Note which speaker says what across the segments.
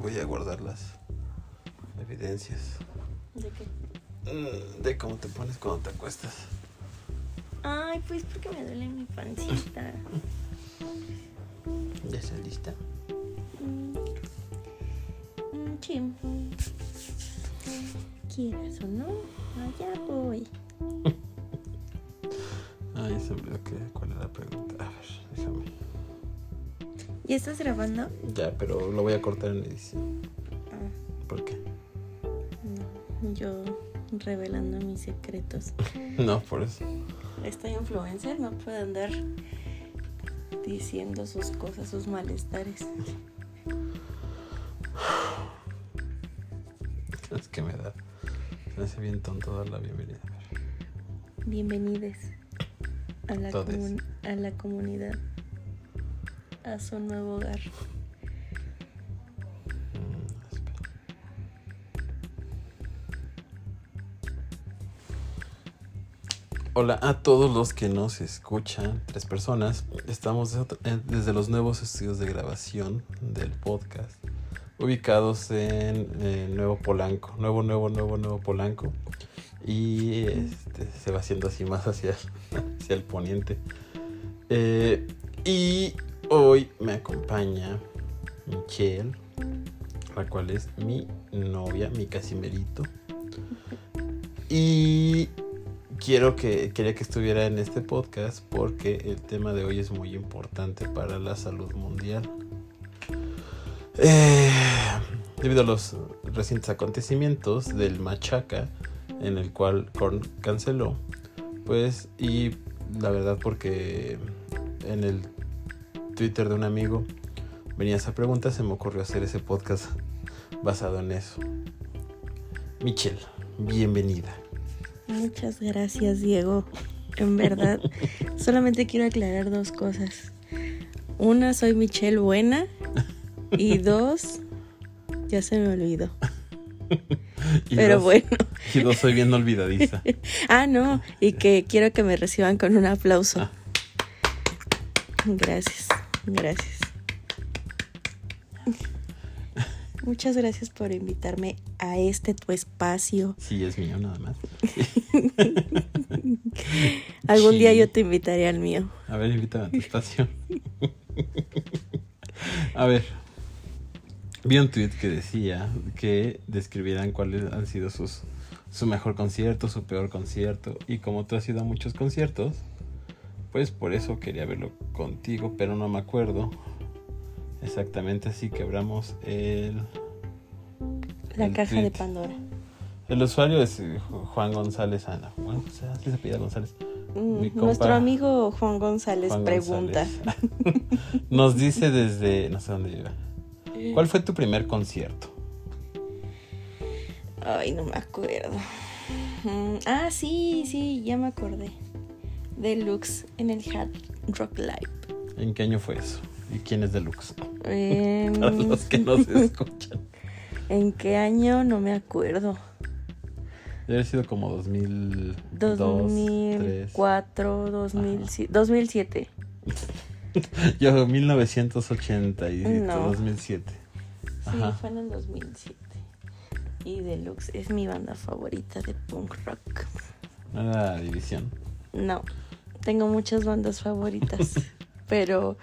Speaker 1: Voy a guardar las evidencias
Speaker 2: ¿De qué?
Speaker 1: mm, de cómo te pones cuando te acuestas.
Speaker 2: Ay, pues porque me duele mi pancita.
Speaker 1: ¿Ya estás lista?
Speaker 2: Mm. Mm, Sí. Quieras o no, allá voy.
Speaker 1: Ay, Ah, se me olvidó cuál era la pregunta. A ver, déjame.
Speaker 2: ¿Ya estás grabando?
Speaker 1: Ya, pero lo voy a cortar en edición.
Speaker 2: Ah,
Speaker 1: ¿Por qué?
Speaker 2: no. Yo revelando mis secretos.
Speaker 1: No, por eso.
Speaker 2: Esta influencer no puede andar diciendo sus cosas, sus malestares.
Speaker 1: Es que me da. Se me hace bien tonto dar la bienvenida. A ver.
Speaker 2: Bienvenidos a la,
Speaker 1: Todes.
Speaker 2: comun- a la comunidad, a su nuevo hogar.
Speaker 1: Mm, espera. Hola a todos los que nos escuchan, tres personas. Estamos desde otro- eh, desde los nuevos estudios de grabación del podcast, ubicados en eh, Nuevo Polanco, nuevo, nuevo, nuevo, nuevo Polanco. Y este, se va haciendo así más hacia, hacia el poniente. Eh, y hoy me acompaña Michelle, la cual es mi novia, mi casimerito. Y quiero que quería que estuviera en este podcast porque el tema de hoy es muy importante para la salud mundial. Eh, debido a los recientes acontecimientos del Machaca, en el cual Korn canceló, pues, y la verdad porque en el Twitter de un amigo venía esa pregunta, se me ocurrió hacer ese podcast basado en eso. Michelle, bienvenida.
Speaker 2: Muchas gracias, Diego. En verdad, solamente quiero aclarar dos cosas. Una, soy Michelle Buena. Y dos, ya se me olvidó.
Speaker 1: Y
Speaker 2: Pero
Speaker 1: dos-
Speaker 2: bueno.
Speaker 1: Y dos, soy bien olvidadiza.
Speaker 2: Ah, no. Y que quiero que me reciban con un aplauso.
Speaker 1: Ah.
Speaker 2: Gracias, gracias. Muchas gracias por invitarme a este tu espacio.
Speaker 1: Sí, es mío nada más.
Speaker 2: Algún día
Speaker 1: Sí.
Speaker 2: yo te invitaré al mío.
Speaker 1: A ver, invítame a tu espacio. A ver. Vi un tweet que decía que describieran cuáles han sido sus su mejor concierto, su peor concierto. Y como tú has ido a muchos conciertos, pues por eso quería verlo contigo, pero no me acuerdo exactamente. Así que abramos el.
Speaker 2: La
Speaker 1: El
Speaker 2: caja de
Speaker 1: tweet.
Speaker 2: Pandora.
Speaker 1: El usuario es eh, Ju- Juan González Ana. Bueno, o sea, sí se apellida González.
Speaker 2: Mm,
Speaker 1: Mi compa-
Speaker 2: Nuestro amigo Juan González
Speaker 1: Juan
Speaker 2: pregunta.
Speaker 1: González. Nos dice desde. No sé dónde vive. ¿Cuál fue tu primer concierto?
Speaker 2: Ay, no me acuerdo. Mm, Ah, sí, sí, ya me acordé. Deluxe en el Hard Rock Live.
Speaker 1: ¿En qué año fue eso? ¿Y quién es Deluxe?
Speaker 2: Em,
Speaker 1: Para los que no se escuchan.
Speaker 2: ¿En qué año? No me acuerdo.
Speaker 1: Debe haber sido como 2002, 2003.
Speaker 2: 2004, 2007. 2007.
Speaker 1: Yo, 1987,
Speaker 2: No.
Speaker 1: 2007.
Speaker 2: Sí,
Speaker 1: Ajá.
Speaker 2: fue en el 2007. Y Deluxe es mi banda favorita de punk rock.
Speaker 1: No era división.
Speaker 2: No, tengo muchas bandas favoritas, pero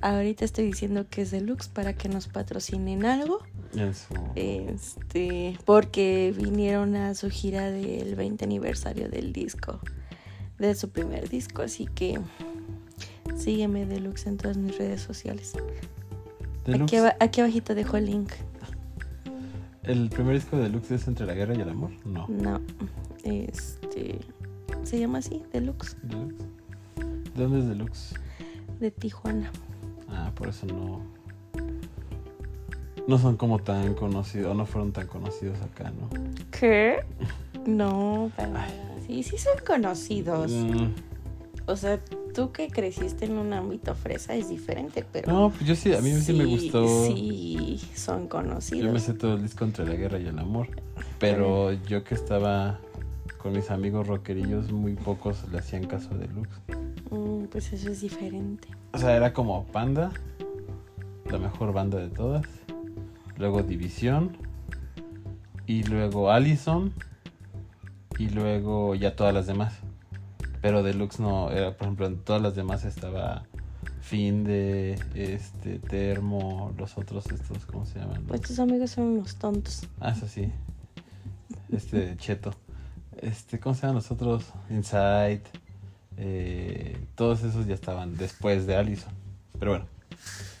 Speaker 2: ahorita estoy diciendo que es deluxe para que nos patrocinen algo,
Speaker 1: En su-
Speaker 2: este, porque vinieron a su gira del 20 aniversario del disco, de su primer disco, así que sígueme deluxe en todas mis redes sociales.
Speaker 1: Deluxe.
Speaker 2: Aquí, aba- aquí abajito dejo el link.
Speaker 1: ¿El primer disco de Deluxe es Entre la Guerra y el Amor? No.
Speaker 2: No, este, se llama así, deluxe,
Speaker 1: ¿Deluxe? ¿De dónde es Deluxe?
Speaker 2: de Tijuana.
Speaker 1: Ah, por eso no. No son como tan conocidos, no fueron tan conocidos acá, ¿no?
Speaker 2: ¿Qué? No, para
Speaker 1: Ay.
Speaker 2: nada. Sí, sí son conocidos.
Speaker 1: Mm,
Speaker 2: O sea, tú que creciste en un ámbito fresa es diferente, pero...
Speaker 1: no, pues yo sí, a mí sí, me gustó.
Speaker 2: Sí, son
Speaker 1: Yo me
Speaker 2: conocidos.
Speaker 1: sé todo el disco entre la guerra y el amor. Pero yo que estaba con mis amigos rockerillos, muy pocos le hacían caso a Deluxe.
Speaker 2: Mm, pues eso es diferente.
Speaker 1: O sea, era como Panda, la mejor banda de todas. luego División, y luego Allison, y luego ya todas las demás. Pero Deluxe no, era, por ejemplo, en todas las demás estaba Finde, este, Termo, los otros estos, ¿cómo se llaman?
Speaker 2: Pues tus amigos son unos tontos.
Speaker 1: Ah, eso sí. Este, Cheto. Este, ¿cómo se llaman los otros? Insight. eh, todos esos ya estaban después de Allison. Pero bueno,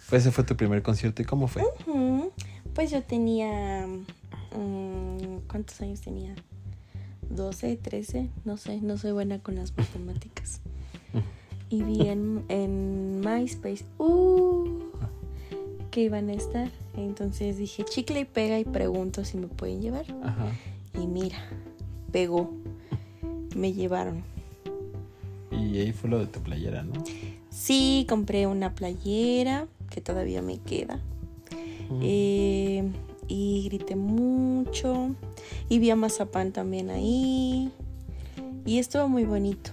Speaker 1: pues ese fue tu primer concierto. ¿Y cómo fue?
Speaker 2: Uh. Ujú. Pues yo tenía. mm, ¿Cuántos años tenía? 12, 13, no sé, no soy buena con las matemáticas. Y vi en, en MySpace ¡uh! que iban a estar. Entonces dije, chicle y pega y pregunto si me pueden llevar.
Speaker 1: Ajá.
Speaker 2: Y mira, pegó. Me llevaron.
Speaker 1: Y ahí fue lo de tu playera, ¿no?
Speaker 2: Sí, compré una playera que todavía me queda. Eh, y grité mucho. Y vi a Mazapán también ahí. Y estuvo muy bonito.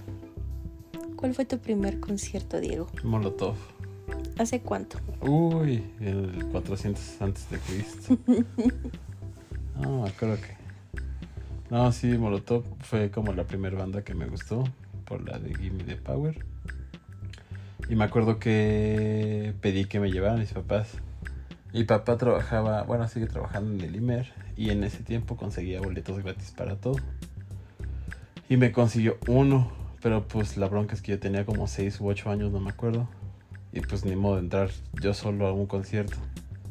Speaker 2: ¿Cuál fue tu primer concierto, Diego?
Speaker 1: Molotov.
Speaker 2: ¿Hace cuánto?
Speaker 1: Uy, el 400 antes de Cristo. No, me acuerdo que. No, sí, Molotov fue como la primera banda que me gustó por la de Gimme the Power. Y me acuerdo que pedí que me llevaran mis papás. Mi papá trabajaba, bueno, sigue trabajando en el Imer y en ese tiempo conseguía boletos gratis para todo. Y me consiguió uno, pero pues la bronca es que yo tenía como 6 u 8 años, no me acuerdo. Y pues ni modo de entrar yo solo a un concierto.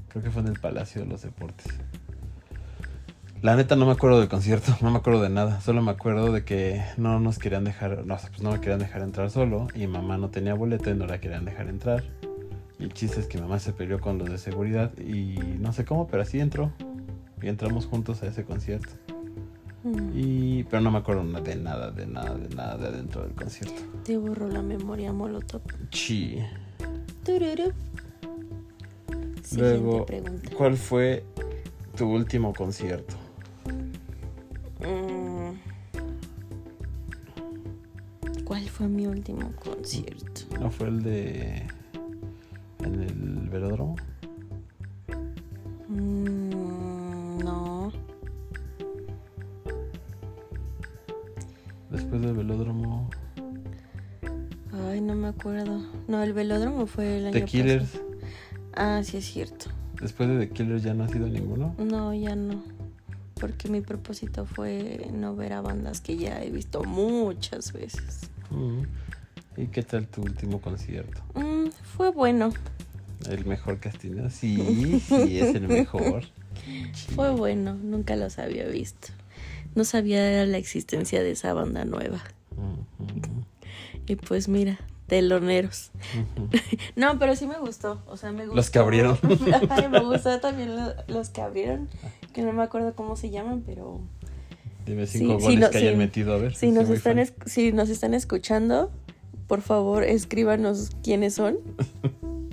Speaker 1: Creo que fue en el Palacio de los Deportes. La neta no me acuerdo del concierto, no me acuerdo de nada. Solo me acuerdo de que no nos querían dejar, no, o sea, pues no me querían dejar entrar solo. Y mamá no tenía boleto y no la querían dejar entrar. Y el chiste es que mamá se peleó con los de seguridad y no sé cómo, pero así entró. Y entramos juntos a ese concierto.
Speaker 2: Mm,
Speaker 1: Y, pero no me acuerdo na- de nada, de nada, de nada de adentro del concierto.
Speaker 2: Te borró la memoria Molotov.
Speaker 1: Chi.
Speaker 2: Tururú. Siguiente
Speaker 1: Luego,
Speaker 2: pregunta.
Speaker 1: ¿cuál fue tu último concierto?
Speaker 2: Mm, ¿Cuál fue mi último concierto?
Speaker 1: ¿No fue el de. en el velódromo?
Speaker 2: Mm, no.
Speaker 1: Después del velódromo.
Speaker 2: Ay, no me acuerdo. No, el velódromo fue el año
Speaker 1: The Killers.
Speaker 2: pasado. Ah, sí es cierto.
Speaker 1: Después de The Killers ya no ha sido ninguno.
Speaker 2: No, ya no. Porque mi propósito fue no ver a bandas que ya he visto muchas veces.
Speaker 1: Mm. ¿Y qué tal tu último concierto?
Speaker 2: Mm, fue bueno,
Speaker 1: ¿El mejor que has tenido? Sí, sí, es el mejor.
Speaker 2: fue bueno. Nunca los había visto. No sabía la existencia de esa banda nueva.
Speaker 1: Ujú,
Speaker 2: Y pues mira, teloneros.
Speaker 1: ujú.
Speaker 2: No, pero sí me gustó. O sea, me gustó.
Speaker 1: Los que abrieron.
Speaker 2: Ay, me gustó también lo- los que abrieron. Que no me acuerdo cómo se llaman, pero
Speaker 1: Dime
Speaker 2: Sí,
Speaker 1: cinco
Speaker 2: sí,
Speaker 1: goles
Speaker 2: no,
Speaker 1: que
Speaker 2: sí.
Speaker 1: hayan metido, a ver.
Speaker 2: Si
Speaker 1: soy
Speaker 2: nos,
Speaker 1: muy
Speaker 2: están
Speaker 1: fan.
Speaker 2: es- si nos están escuchando, por favor escríbanos quiénes son.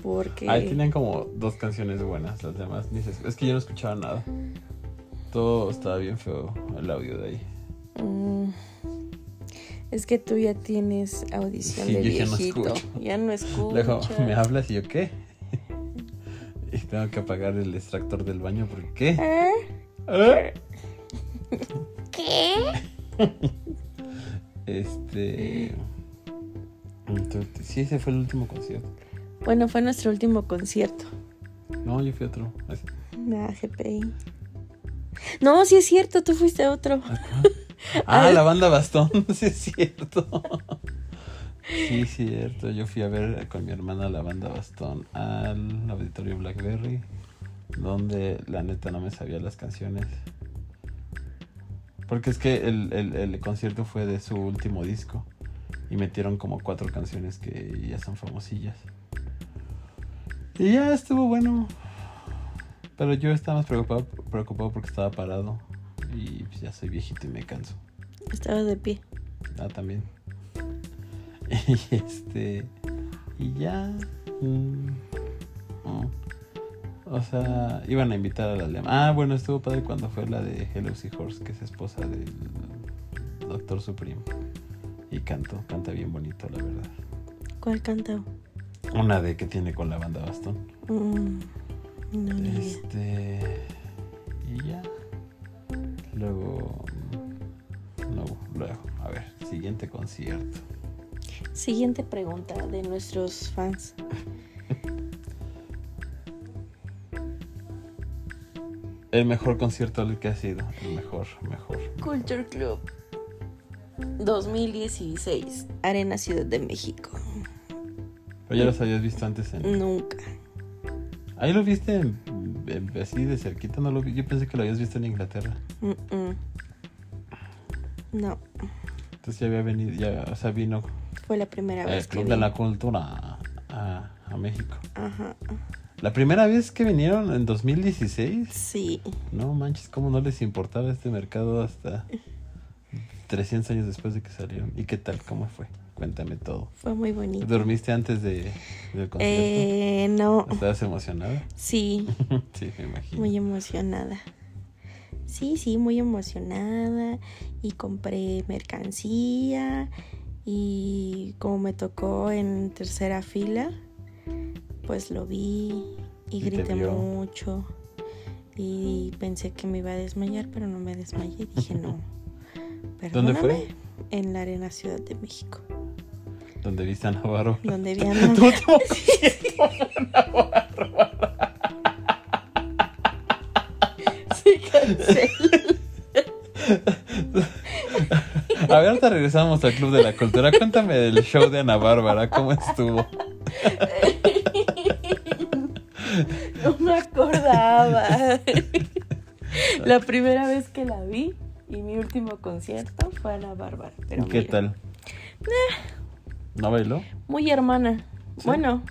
Speaker 2: Porque
Speaker 1: Ahí tenían como dos canciones buenas, las demás. ni se- Es que yo no escuchaba nada. Todo estaba bien feo, el audio de ahí.
Speaker 2: mm, es que tú ya tienes audición
Speaker 1: Sí,
Speaker 2: de
Speaker 1: yo ya no
Speaker 2: viejito.
Speaker 1: escucho.
Speaker 2: Ya no escucho.
Speaker 1: Luego me hablas y yo qué. y tengo que apagar el extractor del baño porque qué. ¿Eh?
Speaker 2: ¿Qué?
Speaker 1: Este. entonces, sí, ese fue el último concierto.
Speaker 2: Bueno, fue nuestro último concierto. Ah,
Speaker 1: No, yo fui a otro. Así.
Speaker 2: La GPI. No, sí es cierto, tú fuiste a otro.
Speaker 1: Ah,
Speaker 2: Al-
Speaker 1: la banda Bastón, sí es cierto. Sí, cierto. Yo fui a ver con mi hermana la banda Bastón al auditorio Blackberry, donde la neta no me sabía las canciones. Porque es que el, el- el concierto fue de su último disco y metieron como cuatro canciones que ya son famosillas. Y ya estuvo bueno. Pero yo estaba más preocupado, preocupado porque estaba parado y pues, ya soy viejito y me canso.
Speaker 2: Estabas de pie.
Speaker 1: Ah, también. Y este. Y ya. mm, no. O sea, iban a invitar a la alemana. Ah, bueno, estuvo padre cuando fue la de Hello Seahorse, que es esposa del Doctor Supreme. Y cantó, canta bien bonito, la verdad.
Speaker 2: ¿Cuál cantaba?
Speaker 1: Una de que tiene con la banda Bastón.
Speaker 2: Mm, No, ni idea.
Speaker 1: Este. Y ya. Luego. mm, Luego, luego. A ver, siguiente concierto.
Speaker 2: Siguiente pregunta de nuestros fans.
Speaker 1: El mejor concierto al que ha sido. El mejor, mejor.
Speaker 2: Culture Club 2016, Arena Ciudad de México.
Speaker 1: Pero ya los habías visto antes en.
Speaker 2: Nunca.
Speaker 1: Ahí lo viste en- en- así de cerquita, no lo vi. Yo pensé que lo habías visto en Inglaterra.
Speaker 2: Mm-mm. No,
Speaker 1: Entonces ya había venido, ya, o sea, vino
Speaker 2: fue la primera
Speaker 1: el
Speaker 2: vez que
Speaker 1: Club
Speaker 2: vi.
Speaker 1: de la Cultura a, a México.
Speaker 2: Ajá.
Speaker 1: La primera vez que vinieron en 2016.
Speaker 2: Sí.
Speaker 1: No manches, cómo no les importaba este mercado hasta 300 años después de que salieron. ¿Y qué tal? ¿Cómo fue? Cuéntame todo.
Speaker 2: Fue muy bonito.
Speaker 1: ¿Dormiste antes de, del concierto?
Speaker 2: Eh, no,
Speaker 1: ¿Estabas emocionada?
Speaker 2: sí,
Speaker 1: sí, me imagino.
Speaker 2: muy emocionada. Sí, sí, muy emocionada. Y compré mercancía. Y como me tocó en tercera fila, pues lo vi y
Speaker 1: Y te
Speaker 2: grité
Speaker 1: vio.
Speaker 2: mucho. Y pensé que me iba a desmayar, pero no me desmayé. Dije, no.
Speaker 1: ¿Dónde fue?
Speaker 2: perdóname", En la Arena Ciudad de México.
Speaker 1: ¿Dónde viste a Navarro?
Speaker 2: Donde vi a Ana-
Speaker 1: Tu último
Speaker 2: Se cancela.
Speaker 1: A ver, ahorita regresamos al Club de la Cultura. Cuéntame del show de Ana Bárbara, ¿cómo estuvo?
Speaker 2: No me acordaba. La primera vez que la vi y mi último concierto fue Ana Bárbara. Pero
Speaker 1: ¿Qué
Speaker 2: mira,
Speaker 1: tal? ¿No bailó?
Speaker 2: Muy hermana.
Speaker 1: Sí.
Speaker 2: Bueno,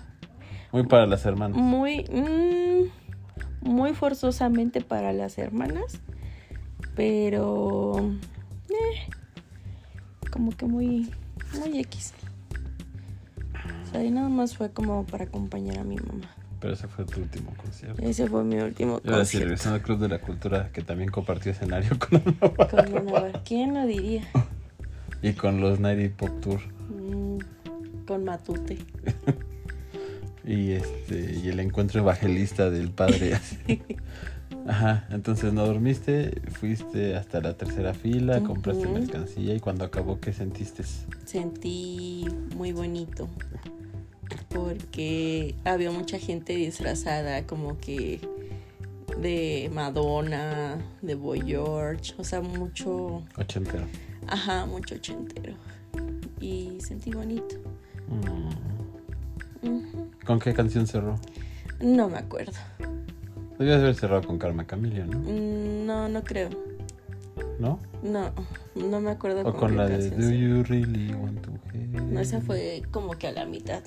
Speaker 1: Muy para las hermanas.
Speaker 2: muy. mm, muy forzosamente para las hermanas. Pero. eh, como que muy. Muy X. O sea, y nada más fue como para acompañar a mi mamá.
Speaker 1: Pero ese fue tu último concierto.
Speaker 2: Ese fue mi último
Speaker 1: Y ahora sí, regresando al Club de la Cultura, que también compartió escenario con Ana Bárbara
Speaker 2: Con una bar- ¿Quién lo diría?
Speaker 1: y con los Nighty Pop Tour.
Speaker 2: Mm, con Matute.
Speaker 1: Y este y el encuentro evangelista del padre. Ajá, entonces no dormiste, fuiste hasta la tercera fila, compraste
Speaker 2: Ujú.
Speaker 1: mercancía y cuando acabó, ¿qué sentiste?
Speaker 2: Sentí muy bonito. Porque había mucha gente disfrazada, como que de Madonna, de Boy George. O sea, mucho.
Speaker 1: Ochentero.
Speaker 2: Ajá, mucho ochentero. Y sentí bonito.
Speaker 1: Mm.
Speaker 2: Ujú.
Speaker 1: ¿Con qué canción cerró?
Speaker 2: No me acuerdo.
Speaker 1: Debías haber cerrado con Karma Camilio, ¿no?
Speaker 2: Mm, No, no creo.
Speaker 1: ¿No?
Speaker 2: No, no me acuerdo.
Speaker 1: O con
Speaker 2: qué
Speaker 1: la de
Speaker 2: canción
Speaker 1: Do
Speaker 2: se-
Speaker 1: You Really Want to Hate.
Speaker 2: No, esa fue como que a la mitad.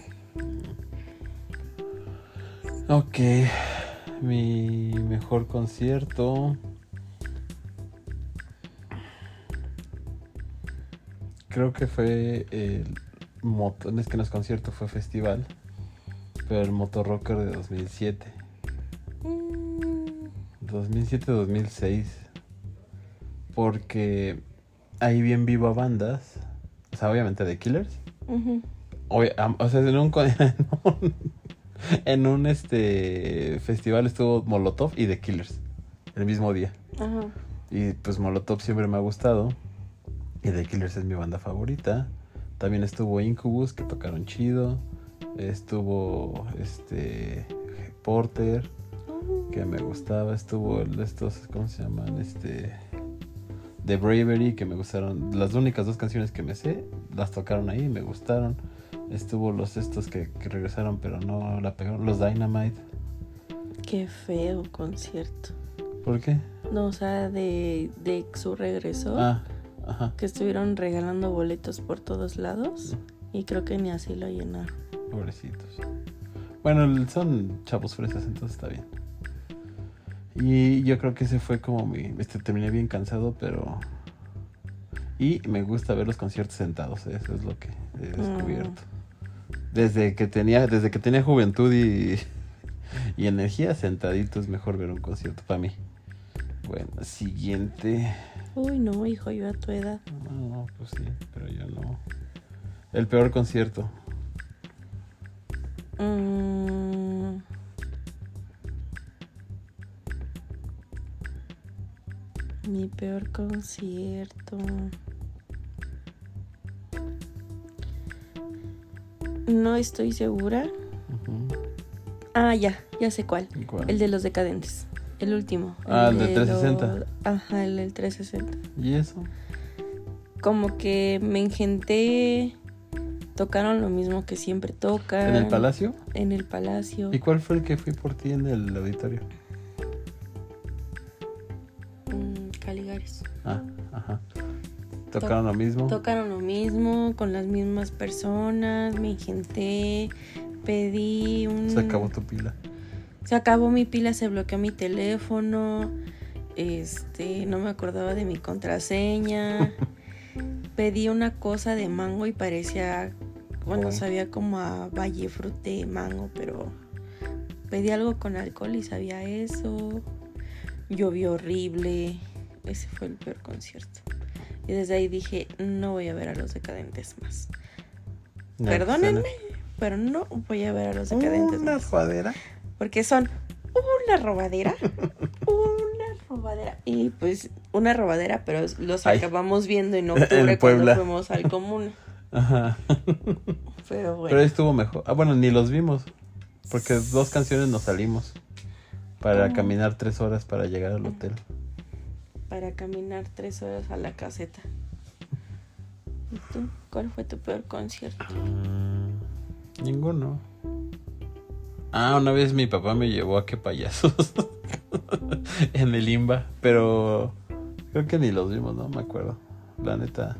Speaker 1: Ok. Mi mejor concierto. Creo que fue el moto. Es que no es concierto, fue festival. Pero el Motorrocker de 2007.
Speaker 2: Mm.
Speaker 1: 2007-2006. Porque ahí bien vivo a bandas. O sea, obviamente de Killers.
Speaker 2: Ujú.
Speaker 1: Obvia- am- o sea, en un, con- en un, en un, este festival estuvo Molotov y The Killers el mismo día.
Speaker 2: Ajá.
Speaker 1: Y pues Molotov siempre me ha gustado. Y The Killers es mi banda favorita. También estuvo Incubus, que tocaron chido. Estuvo este Porter, que me gustaba. Estuvo el- estos, ¿cómo se llaman? Este The Bravery, que me gustaron. Las únicas dos canciones que me sé, las tocaron ahí y me gustaron. Estuvo los estos que, que regresaron, pero no la pegaron. Los Dynamite.
Speaker 2: Qué feo concierto.
Speaker 1: ¿Por qué?
Speaker 2: No, o sea, de, de su regreso,
Speaker 1: Ah, ajá.
Speaker 2: que estuvieron regalando boletos por todos lados y creo que ni así lo llenaron.
Speaker 1: Pobrecitos. Bueno, el- son chavos fresas, entonces está bien. Y yo creo que ese fue como mi. Este, terminé bien cansado, pero. Y me gusta ver los conciertos sentados, ¿eh? eso es lo que he descubierto. Desde que tenía, desde que tenía juventud y, y energía, sentadito es mejor ver un concierto para mí. Bueno, siguiente.
Speaker 2: Uy, no, hijo, yo a tu edad.
Speaker 1: No, no, pues sí, pero yo no. El peor concierto.
Speaker 2: Mm. peor concierto. No estoy segura. Ah, ya, ya sé cuál.
Speaker 1: ¿Cuál?
Speaker 2: El de los decadentes. El último.
Speaker 1: Ah, el de
Speaker 2: los-
Speaker 1: 360.
Speaker 2: Ajá, el del 360.
Speaker 1: ¿Y eso?
Speaker 2: Como que me engenté. Tocaron lo mismo que siempre tocan.
Speaker 1: ¿En el Palacio?
Speaker 2: En el palacio.
Speaker 1: ¿Y cuál fue el que fui por ti en el auditorio?
Speaker 2: Mm, Caligares.
Speaker 1: Ah, ajá. ¿Tocaron lo mismo?
Speaker 2: Tocaron lo mismo, con las mismas personas, me ingenté, pedí un...
Speaker 1: Se acabó tu pila.
Speaker 2: Se acabó mi pila, se bloqueó mi teléfono, este, no me acordaba de mi contraseña. pedí una cosa de mango y parecía, bueno,
Speaker 1: Oh.
Speaker 2: sabía como a Vallefrute de mango, pero pedí algo con alcohol y sabía eso. Llovió horrible. Ese fue el peor concierto. Y desde ahí dije, no voy a ver a los decadentes más.
Speaker 1: Ya,
Speaker 2: Perdónenme,
Speaker 1: pues,
Speaker 2: pero no voy a ver a los
Speaker 1: en el-
Speaker 2: decadentes
Speaker 1: Una
Speaker 2: más.
Speaker 1: suadera.
Speaker 2: Porque son una robadera, una robadera. Y pues una robadera, pero los
Speaker 1: Ay.
Speaker 2: acabamos viendo en
Speaker 1: En
Speaker 2: octubre
Speaker 1: Puebla.
Speaker 2: cuando fuimos al común.
Speaker 1: Ajá.
Speaker 2: Pero
Speaker 1: Pero
Speaker 2: bueno,
Speaker 1: ahí estuvo mejor. Ah, bueno, ni los vimos. Porque dos canciones nos salimos. Para
Speaker 2: Ah.
Speaker 1: caminar tres horas para llegar al hotel.
Speaker 2: para caminar tres horas a la caseta. ¿Y tú? ¿Cuál fue tu peor concierto?
Speaker 1: Ninguno. Ah, una vez mi papá me llevó a que payasos. en el IMBA. Pero creo que ni los vimos, ¿no? Me acuerdo. La neta.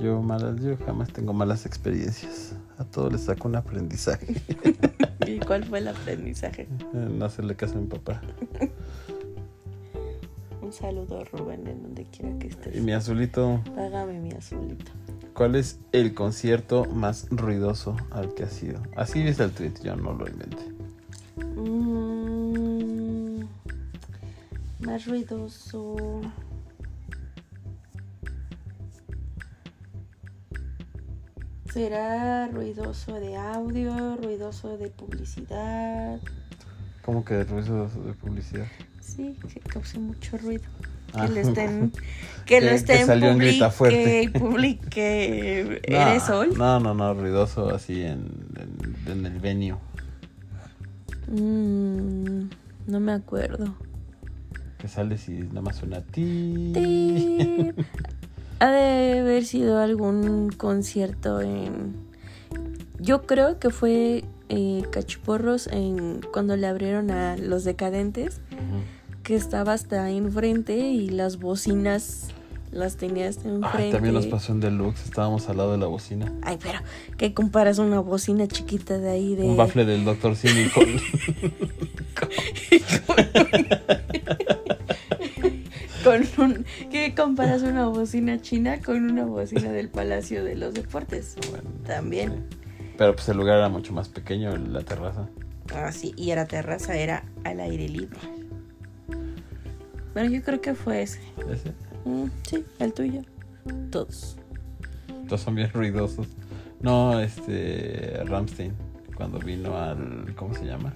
Speaker 1: Yo malas, yo jamás tengo malas experiencias. A todos les saco un aprendizaje.
Speaker 2: ¿Y cuál fue el aprendizaje?
Speaker 1: En hacerle caso a mi papá.
Speaker 2: Un saludo, Rubén, en donde quiera que
Speaker 1: Y
Speaker 2: estés.
Speaker 1: mi azulito,
Speaker 2: Págame mi azulito.
Speaker 1: ¿cuál es el concierto más ruidoso al que has ido? Así es el tweet, yo no lo inventé.
Speaker 2: Mm, más ruidoso. Será ruidoso de audio, ruidoso de publicidad.
Speaker 1: Como que ruidoso de publicidad.
Speaker 2: Sí, que cause mucho ruido. Que
Speaker 1: Ah.
Speaker 2: lo estén. Que,
Speaker 1: Que-
Speaker 2: lo
Speaker 1: que
Speaker 2: estén.
Speaker 1: salió en Grita
Speaker 2: publique
Speaker 1: Fuerte.
Speaker 2: y publique.
Speaker 1: No,
Speaker 2: ¿Eres hoy?
Speaker 1: No, no, no, ruidoso así en, en- en el venio.
Speaker 2: Mm, no me acuerdo.
Speaker 1: Que sales y nada más suena a ti.
Speaker 2: Sí. Ha de haber sido algún concierto en. Yo creo que fue eh, Cachiporros en cuando le abrieron a Los Decadentes, que estaba hasta ahí enfrente y las bocinas las tenía hasta enfrente.
Speaker 1: Ay, también nos pasó en Deluxe, estábamos al lado de la bocina.
Speaker 2: Ay, pero ¿qué comparas una bocina chiquita de ahí de
Speaker 1: Un bafle del Dr. Simi con...
Speaker 2: con un ¿Qué comparas una bocina china con una bocina del Palacio de los Deportes?
Speaker 1: Bueno,
Speaker 2: También.
Speaker 1: sí. Pero pues el lugar era mucho más pequeño, la terraza.
Speaker 2: Ah, sí, y era terraza, era al aire libre. Bueno, yo creo que fue ese.
Speaker 1: Ese.
Speaker 2: Mm, sí, el tuyo. Todos.
Speaker 1: Todos son bien ruidosos. No, este. Ramstein, cuando vino al. ¿Cómo se llama?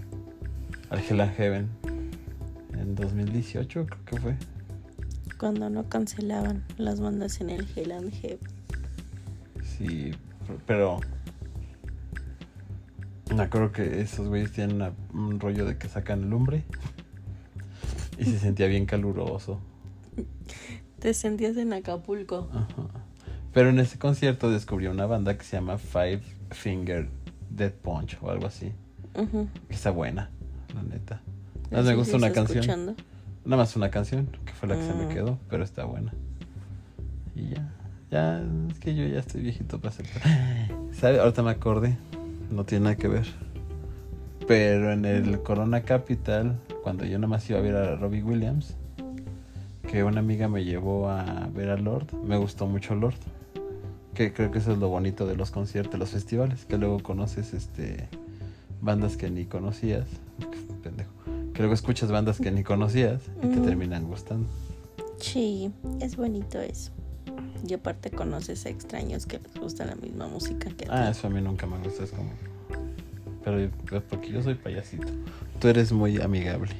Speaker 1: Al Hell and Heaven. En 2018, creo que fue.
Speaker 2: Cuando no cancelaban las bandas en el Hell and Heaven.
Speaker 1: Sí, pero. Me acuerdo que esos güeyes tienen una- un rollo de que sacan lumbre. Y se sentía bien caluroso.
Speaker 2: Te sentías en Acapulco.
Speaker 1: Ajá. Pero en ese concierto descubrí una banda que se llama Five Finger Dead Punch o algo así.
Speaker 2: Ujú.
Speaker 1: Está buena, la neta.
Speaker 2: Así
Speaker 1: Más me
Speaker 2: se
Speaker 1: gusta una
Speaker 2: está
Speaker 1: canción.
Speaker 2: escuchando.
Speaker 1: Nada más una canción, que fue la que se me
Speaker 2: Mm.
Speaker 1: quedó, pero está buena. Y ya, ya, es que yo ya estoy viejito para hacer. ¿Sabe? Ahorita me acordé, no tiene nada que ver. Pero en el Corona Capital, cuando yo nada más iba a ver a Robbie Williams, que una amiga me llevó a ver a Lord, me gustó mucho Lord. Que creo que eso es lo bonito de los conciertos, los festivales, que luego conoces este bandas que ni conocías. Pendejo. Que luego escuchas bandas que ni conocías y te
Speaker 2: Mm.
Speaker 1: terminan gustando.
Speaker 2: Sí, es bonito eso. Y aparte conoces a extraños que les gusta la misma música que a
Speaker 1: Ah,
Speaker 2: ti.
Speaker 1: eso a mí nunca me gusta, es como. Pero yo- pues, porque yo soy payasito. Tú eres muy amigable.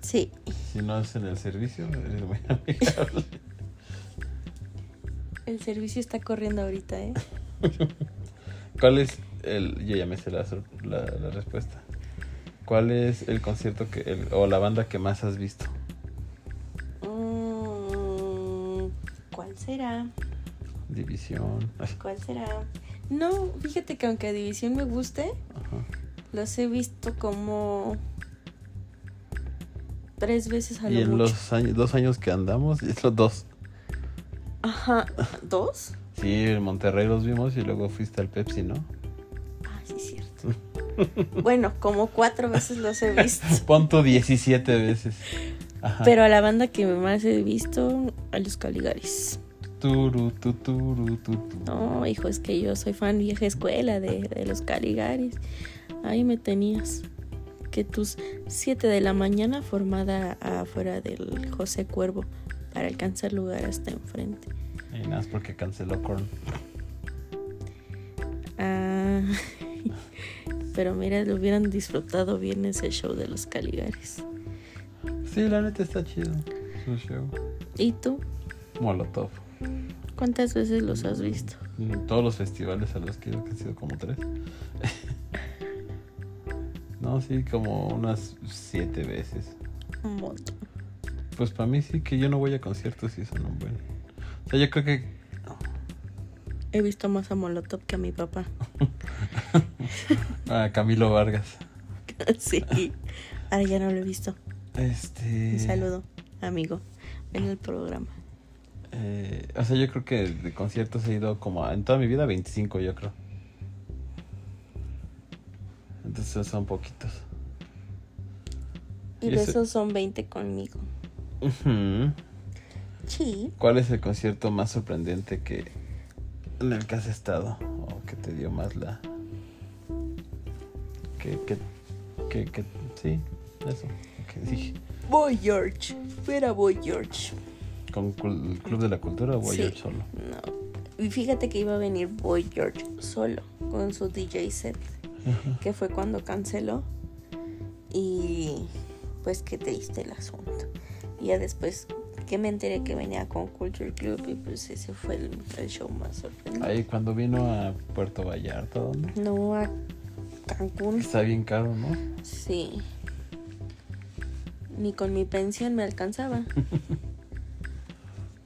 Speaker 2: Sí,
Speaker 1: Si no hacen el servicio, eres muy amigable.
Speaker 2: el servicio está corriendo ahorita, ¿eh?
Speaker 1: ¿Cuál es el. Yo ya me sé la, sor- la, la respuesta. ¿Cuál es el concierto que el- o la banda que más has visto?
Speaker 2: Mm, ¿Cuál será?
Speaker 1: División. Ay,
Speaker 2: ¿Cuál será? No, fíjate que aunque División me guste,
Speaker 1: Ajá.
Speaker 2: los he visto como tres veces a
Speaker 1: Y
Speaker 2: lo
Speaker 1: en
Speaker 2: mucho.
Speaker 1: los años, dos años que andamos, y los dos.
Speaker 2: Ajá, ¿dos?
Speaker 1: Sí, en Monterrey los vimos y luego fuiste al Pepsi, ¿no?
Speaker 2: Ah, sí, es cierto. bueno, como cuatro veces los he visto.
Speaker 1: Pon tu 17 veces. Ajá.
Speaker 2: Pero a la banda que más he visto, a los Caligaris.
Speaker 1: Turu, tu, turu, tu, tu.
Speaker 2: No, hijo, es que yo soy fan vieja escuela de, de los Caligaris. Ahí me tenías. Que tus 7 de la mañana formada afuera del José Cuervo para alcanzar lugar hasta enfrente.
Speaker 1: Y nada más porque canceló Korn.
Speaker 2: Ah, pero mira, lo hubieran disfrutado bien ese show de los Caligaris.
Speaker 1: Sí, la neta está chido. Su show.
Speaker 2: ¿Y tú?
Speaker 1: Molotov.
Speaker 2: ¿Cuántas veces los has visto?
Speaker 1: Mm, Todos los festivales a los que he ido, que han sido como tres. no, sí, como unas siete veces.
Speaker 2: Un montón.
Speaker 1: Pues para mí sí que yo no voy a conciertos y eso no bueno. O sea, yo creo que
Speaker 2: He visto más a Molotov que a mi papá.
Speaker 1: a Camilo Vargas.
Speaker 2: sí. Ahora ya no lo he visto.
Speaker 1: Este.
Speaker 2: Un saludo, amigo. En el programa.
Speaker 1: eh, o sea, yo creo que de conciertos he ido como a- en toda mi vida 25, yo creo. Entonces son poquitos.
Speaker 2: Y
Speaker 1: Y
Speaker 2: de
Speaker 1: ese-
Speaker 2: esos son 20 conmigo.
Speaker 1: Ujú.
Speaker 2: Sí.
Speaker 1: ¿Cuál es el concierto más sorprendente que en el que has estado o que te dio más la que que que, que- sí eso que dije
Speaker 2: Voy, George. Fuera voy, George.
Speaker 1: con cul- el club de la cultura o voy
Speaker 2: Sí.
Speaker 1: a ir solo
Speaker 2: No. Y fíjate que iba a venir Boy George solo con su DJ set, que fue cuando canceló. Y pues qué triste el asunto. Y ya después que me enteré que venía con Culture Club y pues ese fue el, el show más sorprendente.
Speaker 1: ahí cuando vino a Puerto Vallarta dónde
Speaker 2: No a Cancún,
Speaker 1: está bien caro no
Speaker 2: sí. Ni con mi pensión me alcanzaba.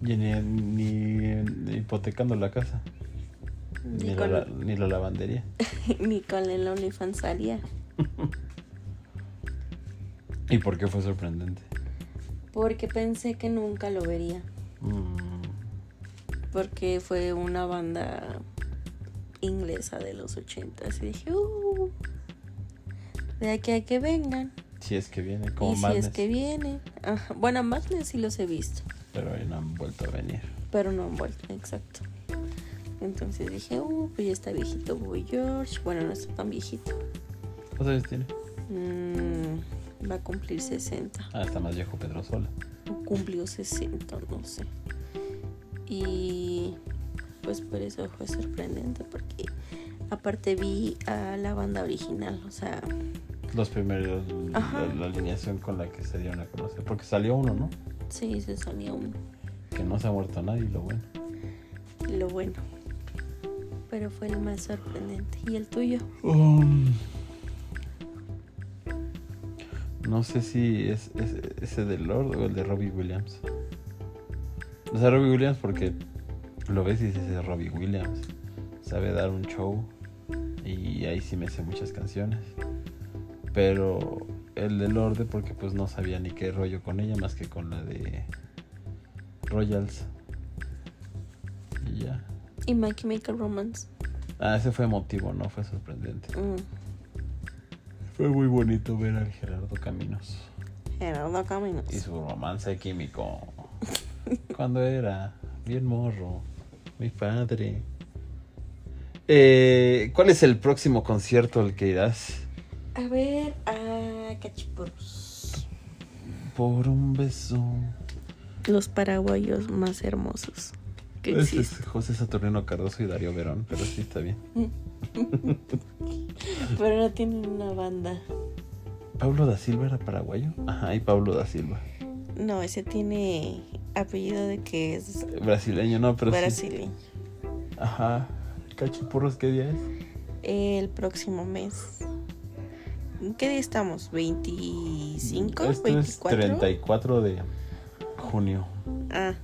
Speaker 1: y ni, ni- ni hipotecando la casa ni
Speaker 2: Ni
Speaker 1: la, la-
Speaker 2: con,
Speaker 1: ni la lavandería
Speaker 2: ni con el OnlyFans salía.
Speaker 1: y por qué fue sorprendente
Speaker 2: Porque pensé que nunca lo vería.
Speaker 1: Mm,
Speaker 2: porque fue una banda inglesa de los ochentas y dije, "Uh, de aquí a que vengan.
Speaker 1: si es que viene como
Speaker 2: y si
Speaker 1: Madness,
Speaker 2: es que vienen. Ajá. Bueno, Madness sí los he visto,
Speaker 1: pero ahí no han vuelto a venir
Speaker 2: pero no han vuelto, exacto. Entonces dije, uh, pues ya está viejito Boy George. Bueno, no está tan viejito.
Speaker 1: ¿cuántos años tiene?
Speaker 2: Mm, va a cumplir 60.
Speaker 1: Ah, está más viejo Pedro Sola.
Speaker 2: o cumplió 60, no sé. Y pues por eso fue sorprendente, porque aparte vi a la banda original, o sea,
Speaker 1: Los primeros,
Speaker 2: Ajá.
Speaker 1: la, la alineación con la que se dieron a conocer. Porque salió uno, ¿no?
Speaker 2: sí, se salió uno,
Speaker 1: Que no se ha muerto nadie, lo bueno.
Speaker 2: lo bueno. Pero fue el más sorprendente. ¿Y el tuyo?
Speaker 1: Um, no sé si es, es ese de Lord o el de Robbie Williams. O sea, Robbie Williams porque lo ves y dices es Robbie Williams. Sabe dar un show y ahí sí me sé muchas canciones. Pero el de Lorde porque pues no sabía ni qué rollo con ella más que con la de Royals. Y ya.
Speaker 2: Y My Chemical Romance.
Speaker 1: Ah, ese fue emotivo, no fue sorprendente.
Speaker 2: Mm.
Speaker 1: Fue muy bonito ver al Gerardo Caminos
Speaker 2: Gerardo Caminos.
Speaker 1: y su romance químico. Cuando era bien morro, mi padre. Eh, ¿Cuál es el próximo concierto al que irás?
Speaker 2: A ver, a Cachipurros.
Speaker 1: Por un beso.
Speaker 2: Los paraguayos más hermosos que
Speaker 1: Ese
Speaker 2: existen.
Speaker 1: Este es José Saturnino Cardoso y Darío Verón, pero sí está bien.
Speaker 2: Pero no tienen una banda.
Speaker 1: Pablo da Silva era paraguayo. Ajá, y Pablo da Silva.
Speaker 2: No, ese tiene apellido de que es
Speaker 1: Brasileño, no, pero sí.
Speaker 2: brasileño.
Speaker 1: Ajá. Cachipurros, ¿qué día es?
Speaker 2: El próximo mes. ¿En qué día estamos? ¿25?
Speaker 1: Esto es
Speaker 2: ¿24?
Speaker 1: 34 de junio.
Speaker 2: Ah,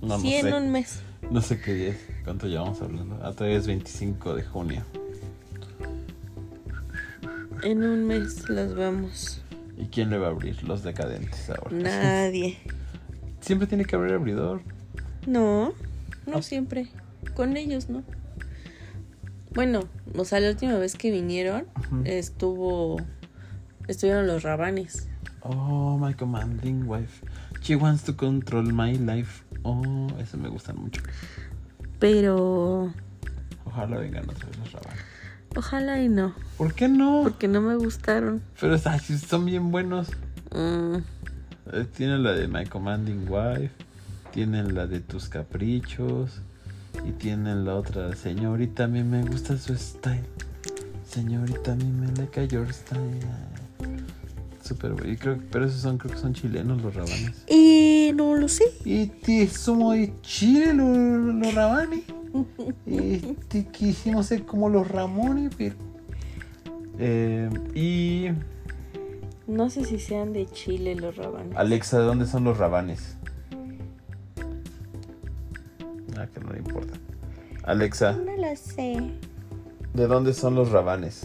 Speaker 1: No, no
Speaker 2: sí, en
Speaker 1: sé.
Speaker 2: un mes.
Speaker 1: No sé qué día es. ¿Cuánto llevamos hablando? Ah, A través 25 de junio.
Speaker 2: En un mes los vamos.
Speaker 1: ¿Y quién le va a abrir? Los decadentes ahora.
Speaker 2: Nadie.
Speaker 1: Siempre tiene que abrir abridor.
Speaker 2: No, no siempre. Con ellos, ¿no? Bueno, o sea, la última vez que vinieron
Speaker 1: Ujú.
Speaker 2: estuvo. Estuvieron los rabanes.
Speaker 1: Oh, my commanding wife. She wants to control my life. Oh, eso me gustan mucho.
Speaker 2: Pero.
Speaker 1: Ojalá vengan otra vez los rabanes.
Speaker 2: Ojalá y no.
Speaker 1: ¿Por qué no?
Speaker 2: Porque no me gustaron.
Speaker 1: Pero ay, son bien buenos.
Speaker 2: Mm,
Speaker 1: Eh, Tienen la de My Commanding Wife. Tienen la de Tus Caprichos. Y tienen la otra. Señorita, a mí me gusta su style. Señorita, a mí me le cayó your style. Super güey. Creo, pero esos son, creo que son chilenos los rabanes.
Speaker 2: Eh, no lo sé.
Speaker 1: Este, somos de Chile los, los rabanes. Este, quisimos ser como los Ramones, pero. Eh, y.
Speaker 2: No sé si sean de Chile los rabanes.
Speaker 1: Alexa, ¿de dónde son los rabanes? Ah, que no le importa. Alexa,
Speaker 2: No lo sé.
Speaker 1: ¿de dónde son los rabanes?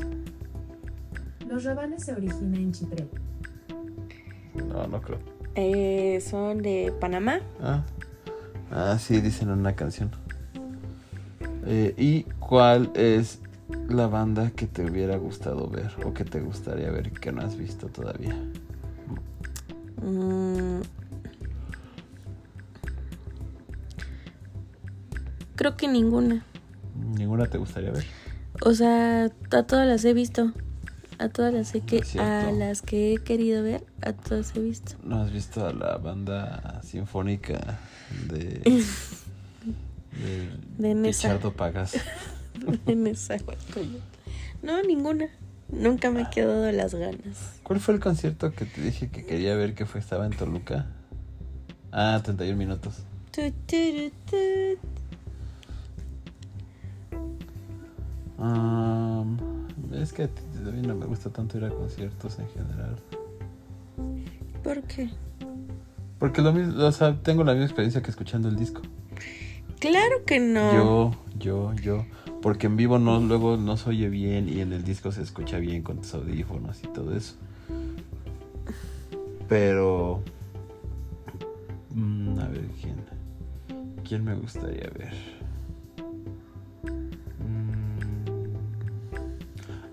Speaker 3: Los rabanes se originan en Chipre.
Speaker 1: No, no creo.
Speaker 2: Eh, son de Panamá.
Speaker 1: Ah, ah sí, dicen en una canción. Eh, ¿Y cuál es la banda que te hubiera gustado ver o que te gustaría ver que no has visto todavía?
Speaker 2: Mm. Creo que ninguna.
Speaker 1: ¿Ninguna te gustaría ver?
Speaker 2: O sea, a todas las he visto. A todas las he que
Speaker 1: Es cierto.
Speaker 2: a las que he querido ver, a todas he visto.
Speaker 1: ¿No has visto a la banda sinfónica de... de,
Speaker 2: De Nesa.
Speaker 1: Pichardo Pagas?
Speaker 2: En esa guacoya. No, ninguna. Nunca me he quedado las ganas.
Speaker 1: ¿Cuál fue el concierto que te dije que quería ver que fue estaba en Toluca? Ah, 31 minutos.
Speaker 2: Tu, tu, tu,
Speaker 1: Am, es que a ti también no me gusta tanto ir a conciertos en general.
Speaker 2: tu. ¿Por qué?
Speaker 1: Porque lo mismo, o sea, tengo la misma experiencia que escuchando el disco.
Speaker 2: Claro que no.
Speaker 1: Yo, yo, yo. Porque en vivo no, luego no se oye bien y en el disco se escucha bien con tus audífonos y todo eso. Pero. mm, a ver, ¿quién? ¿Quién me gustaría ver? Mm,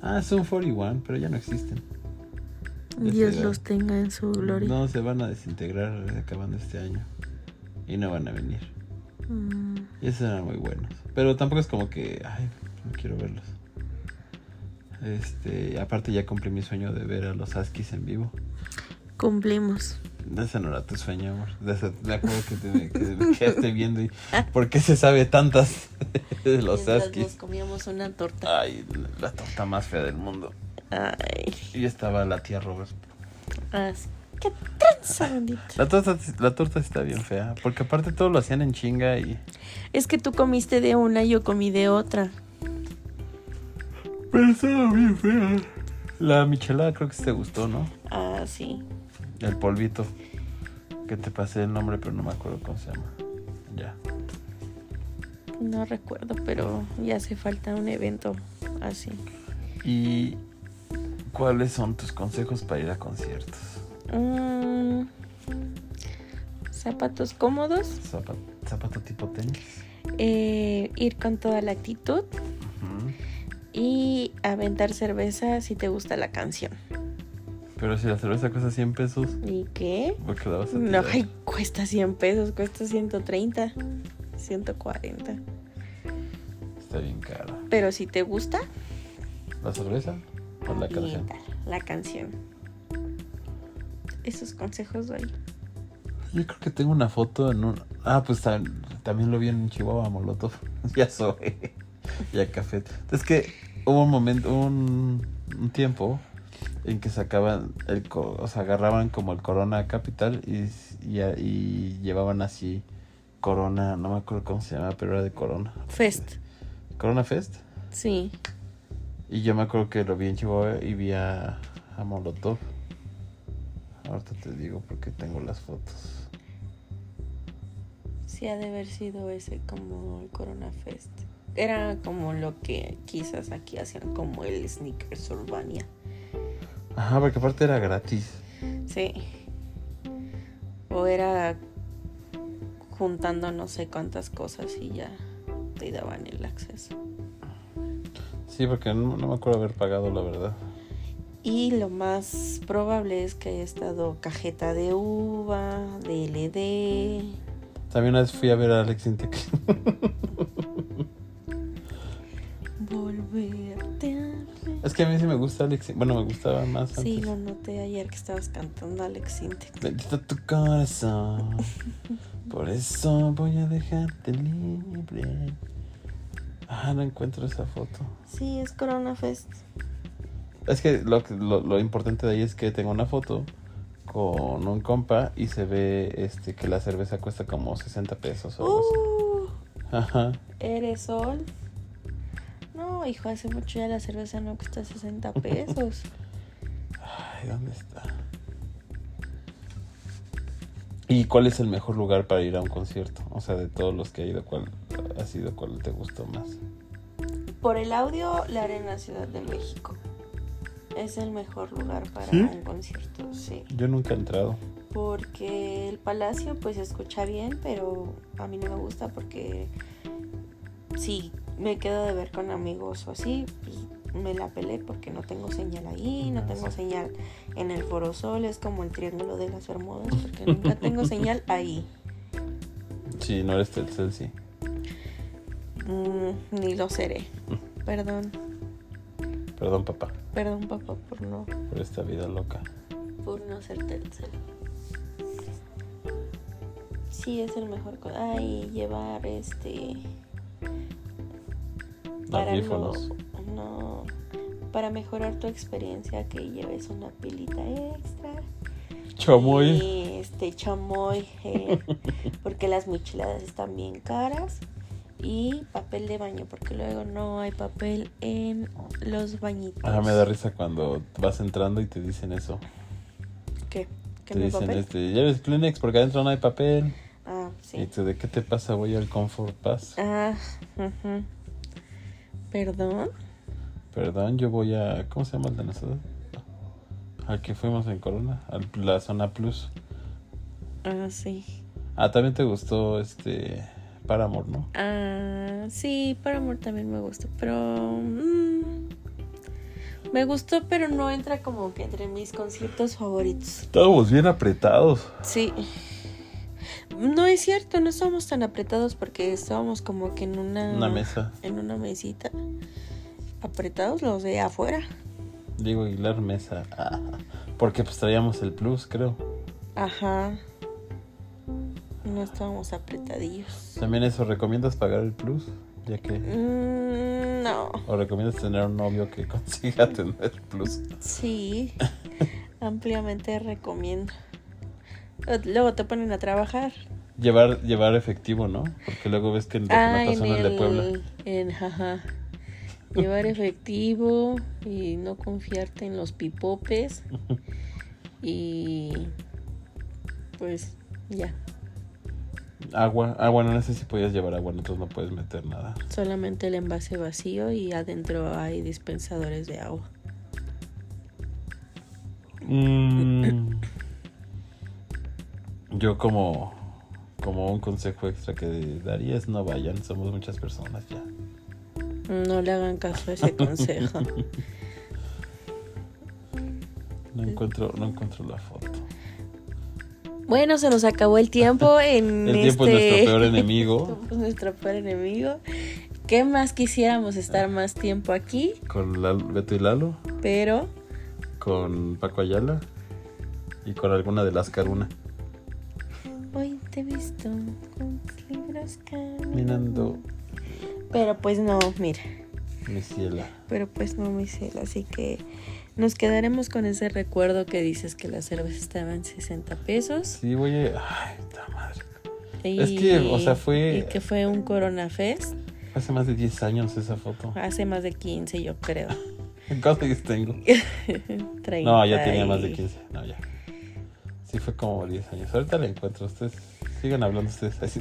Speaker 1: ah, son 41, pero ya no existen. Ya
Speaker 2: Dios
Speaker 1: se-
Speaker 2: los tenga en su gloria.
Speaker 1: No, se van a desintegrar eh, acabando este año. Y no van a venir.
Speaker 2: Mm.
Speaker 1: Y esos eran muy buenos. Pero tampoco es como que, ay, no quiero verlos. Este, aparte ya cumplí mi sueño de ver a los Askis en vivo.
Speaker 2: Cumplimos.
Speaker 1: Ese no era tu sueño, amor. De ese- me acuerdo que te que me quedaste viendo y ¿por qué se sabe tantas de los
Speaker 2: Mientras nos
Speaker 1: Askis?
Speaker 2: comíamos una torta.
Speaker 1: Ay, la torta más fea del mundo. Ah.
Speaker 2: Ay,
Speaker 1: Y estaba la tía Robert.
Speaker 2: así. ¿Qué tranza, bandita?
Speaker 1: La torta, la torta está bien fea, porque aparte todo lo hacían en chinga y...
Speaker 2: Es que tú comiste de una, yo comí de otra.
Speaker 1: Pero estaba bien fea. La michelada creo que sí te gustó, ¿no?
Speaker 2: Ah, sí.
Speaker 1: El polvito. Que te pasé el nombre, pero no me acuerdo cómo se llama. Ya.
Speaker 2: No recuerdo, pero ya hace falta un evento así.
Speaker 1: ¿Y cuáles son tus consejos para ir a conciertos?
Speaker 2: Mm, zapatos cómodos,
Speaker 1: Zapato, zapato tipo tenis.
Speaker 2: eh, ir con toda la actitud
Speaker 1: Ujú.
Speaker 2: y aventar cerveza si te gusta la canción.
Speaker 1: Pero si la cerveza cuesta 100 pesos,
Speaker 2: ¿Y qué?
Speaker 1: porque la vas a
Speaker 2: No,
Speaker 1: tirar?
Speaker 2: ay, cuesta 100 pesos, cuesta 130, 140.
Speaker 1: Está bien cara.
Speaker 2: Pero si te gusta,
Speaker 1: ¿La cerveza o la canción?
Speaker 2: aviéntala, la canción. Esos consejos doy.
Speaker 1: Yo creo que tengo una foto en un... Ah, pues ta- también lo vi en Chihuahua, Molotov. ya soy. ya café. Es que hubo un momento, un, un tiempo en que sacaban, el, co- o sea, agarraban como el Corona Capital y, s- y, a- y llevaban así Corona, no me acuerdo cómo se llamaba, pero era de Corona.
Speaker 2: Fest.
Speaker 1: Corona Fest.
Speaker 2: Sí.
Speaker 1: Y yo me acuerdo que lo vi en Chihuahua y vi a, a Molotov. Ahorita te digo porque tengo las fotos.
Speaker 2: Sí ha de haber sido ese como el Corona Fest. Era como lo que quizás aquí hacían como el Sneakers Urbania.
Speaker 1: Ajá, porque aparte era gratis.
Speaker 2: Sí. O era juntando no sé cuántas cosas y ya te daban el acceso.
Speaker 1: Sí, porque no, no me acuerdo haber pagado, la verdad.
Speaker 2: Y lo más probable es que haya estado cajeta de uva, DLD.
Speaker 1: También una vez fui a ver a Alex Intec.
Speaker 2: Volverte a ver.
Speaker 1: Es que a mí sí me gusta Alex. Bueno, me gustaba más antes.
Speaker 2: Sí, lo noté ayer que estabas cantando Alex Sintek.
Speaker 1: Bendito tu corazón. Por eso voy a dejarte libre. Ah, no encuentro esa foto.
Speaker 2: Sí, es Corona Fest.
Speaker 1: Es que lo, que- lo, lo importante de ahí es que tengo una foto con un compa y se ve este que la cerveza cuesta como 60 pesos o algo así.
Speaker 2: Uh,
Speaker 1: Ajá.
Speaker 2: eres sol. No, hijo, hace mucho ya la cerveza no cuesta 60 pesos.
Speaker 1: Ay, ¿dónde está? ¿Y cuál es el mejor lugar para ir a un concierto? O sea, de todos los que ha ido, ¿cuál ha sido cuál te gustó más?
Speaker 2: Por el audio, la Arena Ciudad de México. Es el mejor lugar para
Speaker 1: ¿Sí?
Speaker 2: un concierto, sí.
Speaker 1: Yo nunca he entrado.
Speaker 2: Porque el Palacio, pues se escucha bien, pero a mí no me gusta porque si me quedo de ver con amigos o así, pues me la pelé porque no tengo señal ahí, no
Speaker 1: Ah,
Speaker 2: tengo
Speaker 1: sí.
Speaker 2: señal en el Foro Sol, es como el Triángulo de las Bermudas, porque nunca tengo señal ahí.
Speaker 1: Sí, no eres Telcel, sí.
Speaker 2: Mm, ni lo seré. Perdón,
Speaker 1: Perdón, papá,
Speaker 2: perdón papá por no,
Speaker 1: por esta vida loca.
Speaker 2: por no ser Telcel. Sí, es el mejor. co- Ay, llevar este... para no,
Speaker 1: Audífonos.
Speaker 2: no- para mejorar tu experiencia que lleves una pilita extra
Speaker 1: Chamoy.
Speaker 2: y este chamoy eh, porque las micheladas están bien caras y papel de baño porque luego no hay papel en los bañitos
Speaker 1: Ah, me da risa cuando vas entrando y te dicen eso.
Speaker 2: ¿Qué? ¿Que
Speaker 1: Te
Speaker 2: no hay
Speaker 1: dicen,
Speaker 2: papel?
Speaker 1: este, ya eres Kleenex porque adentro no hay papel.
Speaker 2: ah
Speaker 1: Y
Speaker 2: sí
Speaker 1: tú, ¿de qué te pasa? Voy al Comfort Pass.
Speaker 2: ah ujú. perdón
Speaker 1: Perdón, yo voy a. ¿Cómo se llama el de nosotros? Al que fuimos en Corona, al, la zona Plus.
Speaker 2: ah sí
Speaker 1: Ah, también te gustó este. Paramore, ¿no?
Speaker 2: Ah, sí, amor también me gustó, pero... mm, me gustó, pero no entra como que entre mis conciertos favoritos.
Speaker 1: Estábamos bien apretados.
Speaker 2: Sí. No es cierto, no estábamos tan apretados porque estábamos como que en una...
Speaker 1: Una mesa.
Speaker 2: En una mesita. Apretados los de afuera.
Speaker 1: Diego Aguilar, mesa. Ah, porque pues traíamos el Plus, creo.
Speaker 2: Ajá. No estábamos apretadillos.
Speaker 1: También eso, ¿recomiendas pagar el Plus? Ya que.
Speaker 2: Mm, no.
Speaker 1: ¿O recomiendas tener un novio que consiga tener Plus?
Speaker 2: Sí, ampliamente recomiendo. Luego te ponen a trabajar.
Speaker 1: Llevar, llevar efectivo, ¿no? Porque luego ves que en
Speaker 2: Ah,
Speaker 1: Reconata
Speaker 2: en
Speaker 1: son el de Puebla.
Speaker 2: el, en jaja. Llevar efectivo y no confiarte en los pipopes. Y pues ya,
Speaker 1: Agua. Ah, bueno, no sé si podías llevar agua, en otros no puedes meter nada.
Speaker 2: solamente el envase vacío y adentro hay dispensadores de agua.
Speaker 1: Mm. Yo como como un consejo extra que daría es no vayan, somos muchas personas ya.
Speaker 2: No le hagan caso a ese consejo.
Speaker 1: No encuentro no encuentro la foto.
Speaker 2: Bueno, se nos acabó el tiempo en
Speaker 1: El tiempo es
Speaker 2: este...
Speaker 1: nuestro peor enemigo
Speaker 2: Somos nuestro peor enemigo. ¿Qué más quisiéramos estar más tiempo aquí?
Speaker 1: con Lalo- Beto y Lalo,
Speaker 2: Pero
Speaker 1: con Paco Ayala y con alguna de las Caruna
Speaker 2: hoy te he visto con tus libros caminando.
Speaker 1: minando.
Speaker 2: Pero pues no, mira.
Speaker 1: mi ciela.
Speaker 2: Pero pues no, mi cielo, así que nos quedaremos con ese recuerdo que dices que la cerveza estaba en 60 pesos.
Speaker 1: Sí, voy a... Ay, puta madre.
Speaker 2: Y,
Speaker 1: Es que, o sea, fue-
Speaker 2: y que fue un Corona Fest
Speaker 1: Hace más de 10 años esa foto.
Speaker 2: hace más de 15, yo creo.
Speaker 1: ¿Cuántos años tengo?
Speaker 2: 30
Speaker 1: No, ya tenía más de
Speaker 2: y-
Speaker 1: 15. No, ya. Sí, fue como 10 años. Ahorita la encuentro. Ustedes sigan hablando ustedes. Así.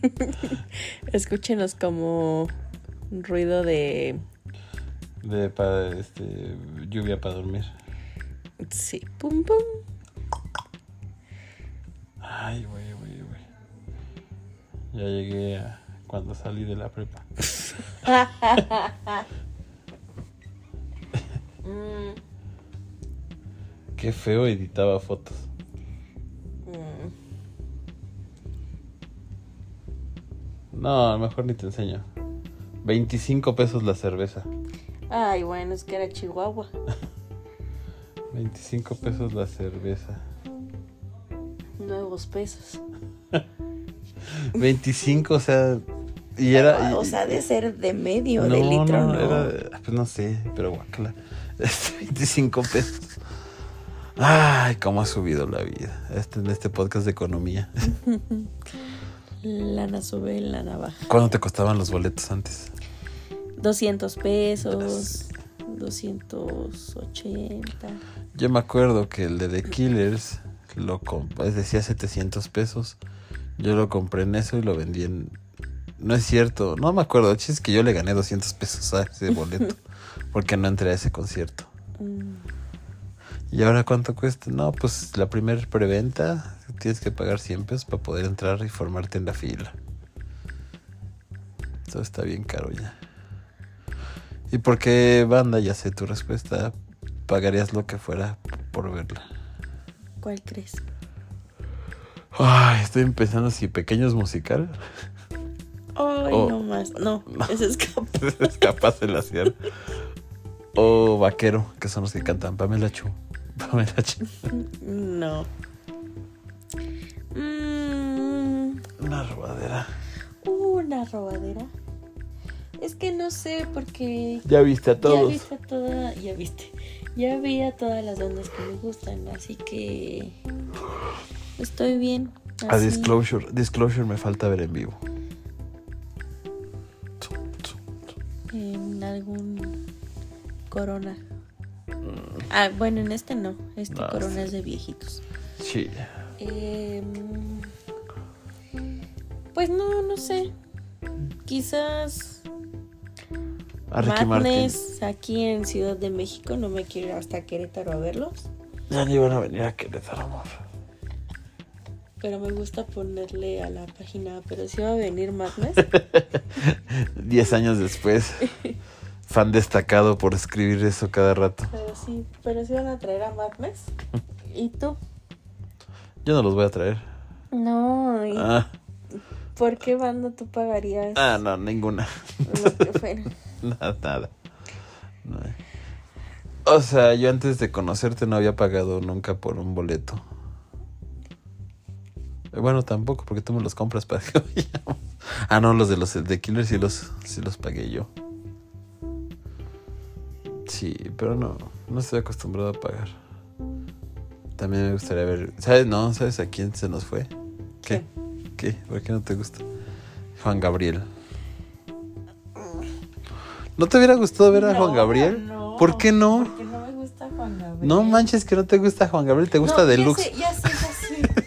Speaker 2: Escúchenos como un ruido de...
Speaker 1: De para, este, lluvia para dormir.
Speaker 2: Sí, pum, pum.
Speaker 1: Ay, güey, güey, güey. Ya llegué a cuando salí de la prepa.
Speaker 2: Mm,
Speaker 1: Qué feo editaba fotos.
Speaker 2: mm.
Speaker 1: No, a lo mejor ni te enseño. 25 pesos la cerveza.
Speaker 2: Ay, bueno, es que era Chihuahua.
Speaker 1: 25 pesos la cerveza.
Speaker 2: Nuevos pesos.
Speaker 1: 25, o sea. Y era. y-
Speaker 2: o sea, de ser de medio, de litro, ¿no?
Speaker 1: era- pues no sé, pero guacala. Este, 25 pesos. Ay, cómo ha subido la vida. Este, en este podcast de economía.
Speaker 2: Lana sube, lana baja.
Speaker 1: ¿Cuánto te costaban los boletos antes?
Speaker 2: 200
Speaker 1: Tras.
Speaker 2: pesos, 280.
Speaker 1: Yo me acuerdo que el de The Killers lo comp- decía 700 pesos. Yo lo compré en eso y lo vendí en. No es cierto, no me acuerdo. El chiste es que yo le gané 200 pesos a ese boleto porque no entré a ese concierto.
Speaker 2: Mm,
Speaker 1: ¿Y ahora cuánto cuesta? No, pues la primer preventa tienes que pagar 100 pesos para poder entrar y formarte en la fila. Eso está bien caro ya. ¿Y por qué, banda? Ya sé tu respuesta. Pagarías lo que fuera por verla.
Speaker 2: ¿Cuál crees?
Speaker 1: Ay, estoy pensando si pequeños musical
Speaker 2: Ay,
Speaker 1: Oh.
Speaker 2: no más. No, ese es cap-
Speaker 1: es capaz de la hacer. O vaquero, que son los que cantan. Pamela Chu. Pamela Chu.
Speaker 2: No. Mm,
Speaker 1: Una robadera.
Speaker 2: una robadera. Es que no sé, porque
Speaker 1: Ya viste a
Speaker 2: ya
Speaker 1: todos.
Speaker 2: viste a toda, ya viste, ya vi a todas las bandas que me gustan, así que estoy bien.
Speaker 1: A
Speaker 2: así.
Speaker 1: Disclosure. Disclosure me falta ver en vivo.
Speaker 2: En algún corona. Ah, bueno, en este no. Este
Speaker 1: No,
Speaker 2: corona
Speaker 1: este-
Speaker 2: es de viejitos.
Speaker 1: Sí.
Speaker 2: Em, pues no, no sé. Quizás
Speaker 1: A Ricky Martin.
Speaker 2: Madness aquí en Ciudad de México. No me quiero ir hasta Querétaro a verlos.
Speaker 1: Ya no iban a venir a Querétaro, amor.
Speaker 2: Pero me gusta ponerle a la página. Pero si va a venir Madness.
Speaker 1: Diez años después. Fan destacado por escribir eso cada rato.
Speaker 2: pero sí, pero sí van a traer a Madness. ¿Y tú?
Speaker 1: Yo no los voy a traer.
Speaker 2: No. ¿y
Speaker 1: Ah,
Speaker 2: ¿Por qué banda tú pagarías?
Speaker 1: ah, no, ninguna.
Speaker 2: lo que fuera?
Speaker 1: Nada, nada. No. O sea, yo antes de conocerte no había pagado nunca por un boleto. Eh, Bueno, tampoco, porque tú me los compras para que vayamos. Ah, no, los de los de Killer sí los, sí los pagué yo. Sí, pero no, no estoy acostumbrado a pagar. También me gustaría ver. ¿Sabes? No, ¿sabes a quién se nos fue? ¿Qué? ¿Qué? ¿Por qué no te gusta? Juan Gabriel. ¿No te hubiera gustado ver a Juan Gabriel?
Speaker 3: no.
Speaker 1: ¿Por qué no?
Speaker 3: Porque no me gusta Juan Gabriel.
Speaker 1: No manches que no te gusta Juan Gabriel, te gusta
Speaker 2: No, ya
Speaker 1: Deluxe.
Speaker 2: sé, Ya sé, ya sé.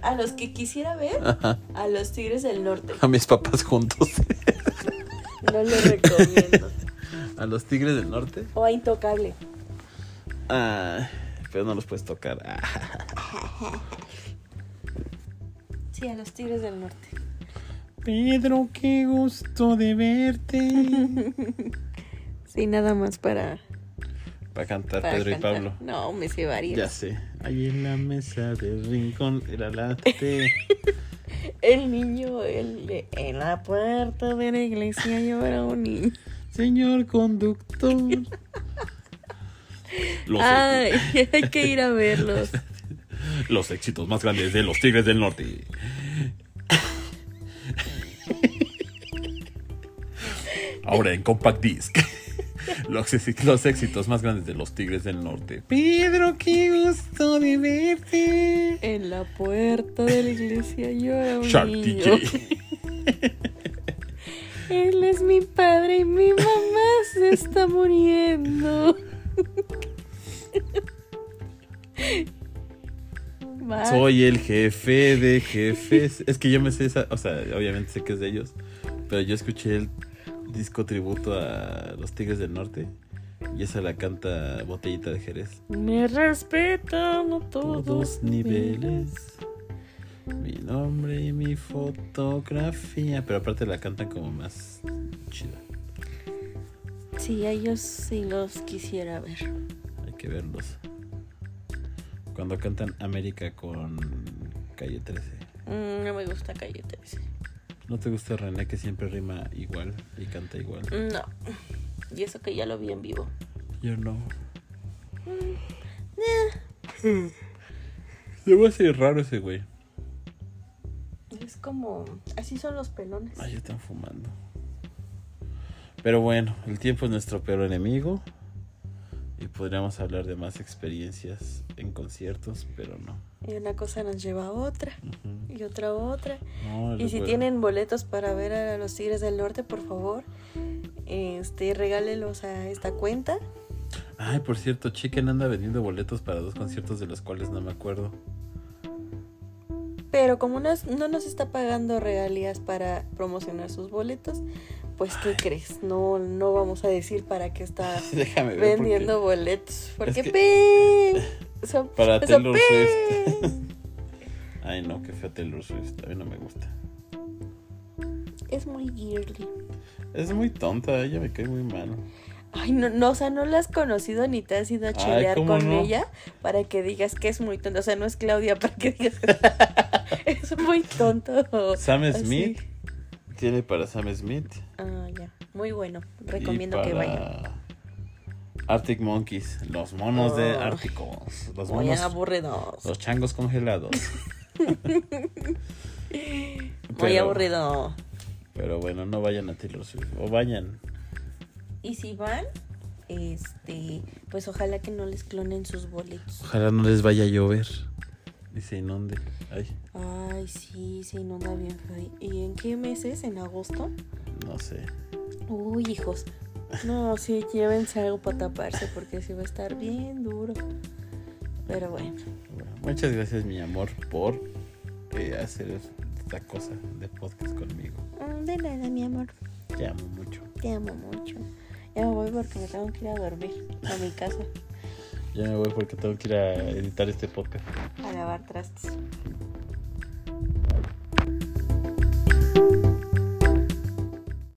Speaker 2: A los que quisiera ver,
Speaker 1: Ajá.
Speaker 2: a los Tigres del Norte.
Speaker 1: A mis papás juntos.
Speaker 2: No les recomiendo.
Speaker 1: a los Tigres del Norte.
Speaker 2: O a Intocable.
Speaker 1: Ah, pero no los puedes tocar. Ah.
Speaker 2: Sí, a los Tigres del Norte.
Speaker 1: Pedro, qué gusto de verte.
Speaker 2: Sí, nada más para.
Speaker 1: Para cantar
Speaker 2: para
Speaker 1: Pedro y
Speaker 2: cantar.
Speaker 1: Pablo.
Speaker 2: No, me
Speaker 1: Ya
Speaker 2: llevaría.
Speaker 1: sé. Ahí en la mesa del rincón era la T.
Speaker 2: El niño el de- en la puerta de la iglesia llora un niño.
Speaker 1: Señor conductor. Los,
Speaker 2: Ay, hay que ir a verlos.
Speaker 1: los éxitos más grandes de los Tigres del Norte. Ahora en Compact Disc. Los, ex- los éxitos más grandes de los Tigres del Norte. Pedro, qué gusto de verte.
Speaker 2: En la puerta de la iglesia llora un
Speaker 1: Shark
Speaker 2: niño.
Speaker 1: DJ.
Speaker 2: Él es mi padre y mi mamá se está muriendo. Va.
Speaker 1: Soy el jefe de jefes. Es que yo me sé esa. O sea, obviamente sé que es de ellos. Pero yo escuché el disco tributo a los Tigres del Norte. Y esa la canta Botellita de Jerez.
Speaker 2: Me respetan a todos,
Speaker 1: todos niveles. Mi nombre y mi fotografía. Pero aparte la cantan como más chida.
Speaker 2: Sí, a ellos sí los quisiera ver.
Speaker 1: Hay que verlos. Cuando cantan América con Calle 13.
Speaker 2: Mm, No me gusta Calle 13.
Speaker 1: ¿No te gusta René que siempre rima igual y canta igual?
Speaker 2: No. Y eso que ya lo vi en vivo.
Speaker 1: Yo no. Se va a ser raro ese güey.
Speaker 2: Es como. Así son los pelones.
Speaker 1: Ay, ya están fumando. Pero bueno, el tiempo es nuestro peor enemigo. Y podríamos hablar de más experiencias en conciertos, pero no.
Speaker 2: Y una cosa nos lleva a otra.
Speaker 1: Ujú.
Speaker 2: Y otra a otra.
Speaker 1: No,
Speaker 2: Y si
Speaker 1: recuerdo.
Speaker 2: tienen boletos para ver a los Tigres del Norte, por favor, este, regálelos a esta cuenta.
Speaker 1: Ay, por cierto, Chicken anda vendiendo boletos para dos conciertos de los cuales no me acuerdo.
Speaker 2: Pero como nos- no nos está pagando regalías para promocionar sus boletos, pues ¿qué crees? No, no vamos a decir para qué está
Speaker 1: Déjame ver. porque-
Speaker 2: vendiendo boletos. Porque
Speaker 1: que-
Speaker 2: ¡pim! Son-
Speaker 1: Para
Speaker 2: son
Speaker 1: Taylor
Speaker 2: ¡pim!
Speaker 1: Swift. Ay, no, qué feo Taylor Swift. A mí no me gusta.
Speaker 2: Es muy girly.
Speaker 1: Es muy tonta, ella me cae muy mal.
Speaker 2: Ay, no, no, o sea, no la has conocido ni te has ido a
Speaker 1: Ay,
Speaker 2: chilear
Speaker 1: ¿cómo
Speaker 2: con
Speaker 1: no?
Speaker 2: ella para que digas que es muy tonto. O sea, no es Claudia para que digas que es muy tonto.
Speaker 1: Sam
Speaker 2: Así.
Speaker 1: Smith tiene para Sam Smith.
Speaker 2: Ah, ya. Muy bueno. Recomiendo
Speaker 1: Y
Speaker 2: que
Speaker 1: para
Speaker 2: vayan.
Speaker 1: Arctic Monkeys, los monos de
Speaker 2: Ah.
Speaker 1: Árticos, los
Speaker 2: Muy
Speaker 1: monos,
Speaker 2: aburridos.
Speaker 1: los changos congelados.
Speaker 2: Muy
Speaker 1: Pero-
Speaker 2: aburrido.
Speaker 1: Pero bueno, no vayan a Taylor Swift, o vayan.
Speaker 2: Y si van, este, pues ojalá que no les clonen sus boletos.
Speaker 1: Ojalá no les vaya a llover y se inunde. Ay,
Speaker 2: Ay, sí, se inunda bien feo. ¿Y en qué meses? ¿En agosto?
Speaker 1: no sé.
Speaker 2: Uy, hijos. No, sí, llévense algo para taparse porque sí va a estar bien duro. Pero bueno,
Speaker 1: Bueno, muchas gracias, mi amor, por eh, hacer esta cosa de podcast conmigo.
Speaker 2: Mm, de nada, mi amor.
Speaker 1: Te amo mucho.
Speaker 2: Te amo mucho. Ya me voy porque me tengo que ir a dormir a mi casa
Speaker 1: Ya me voy porque tengo que ir a editar este podcast.
Speaker 2: a lavar trastes.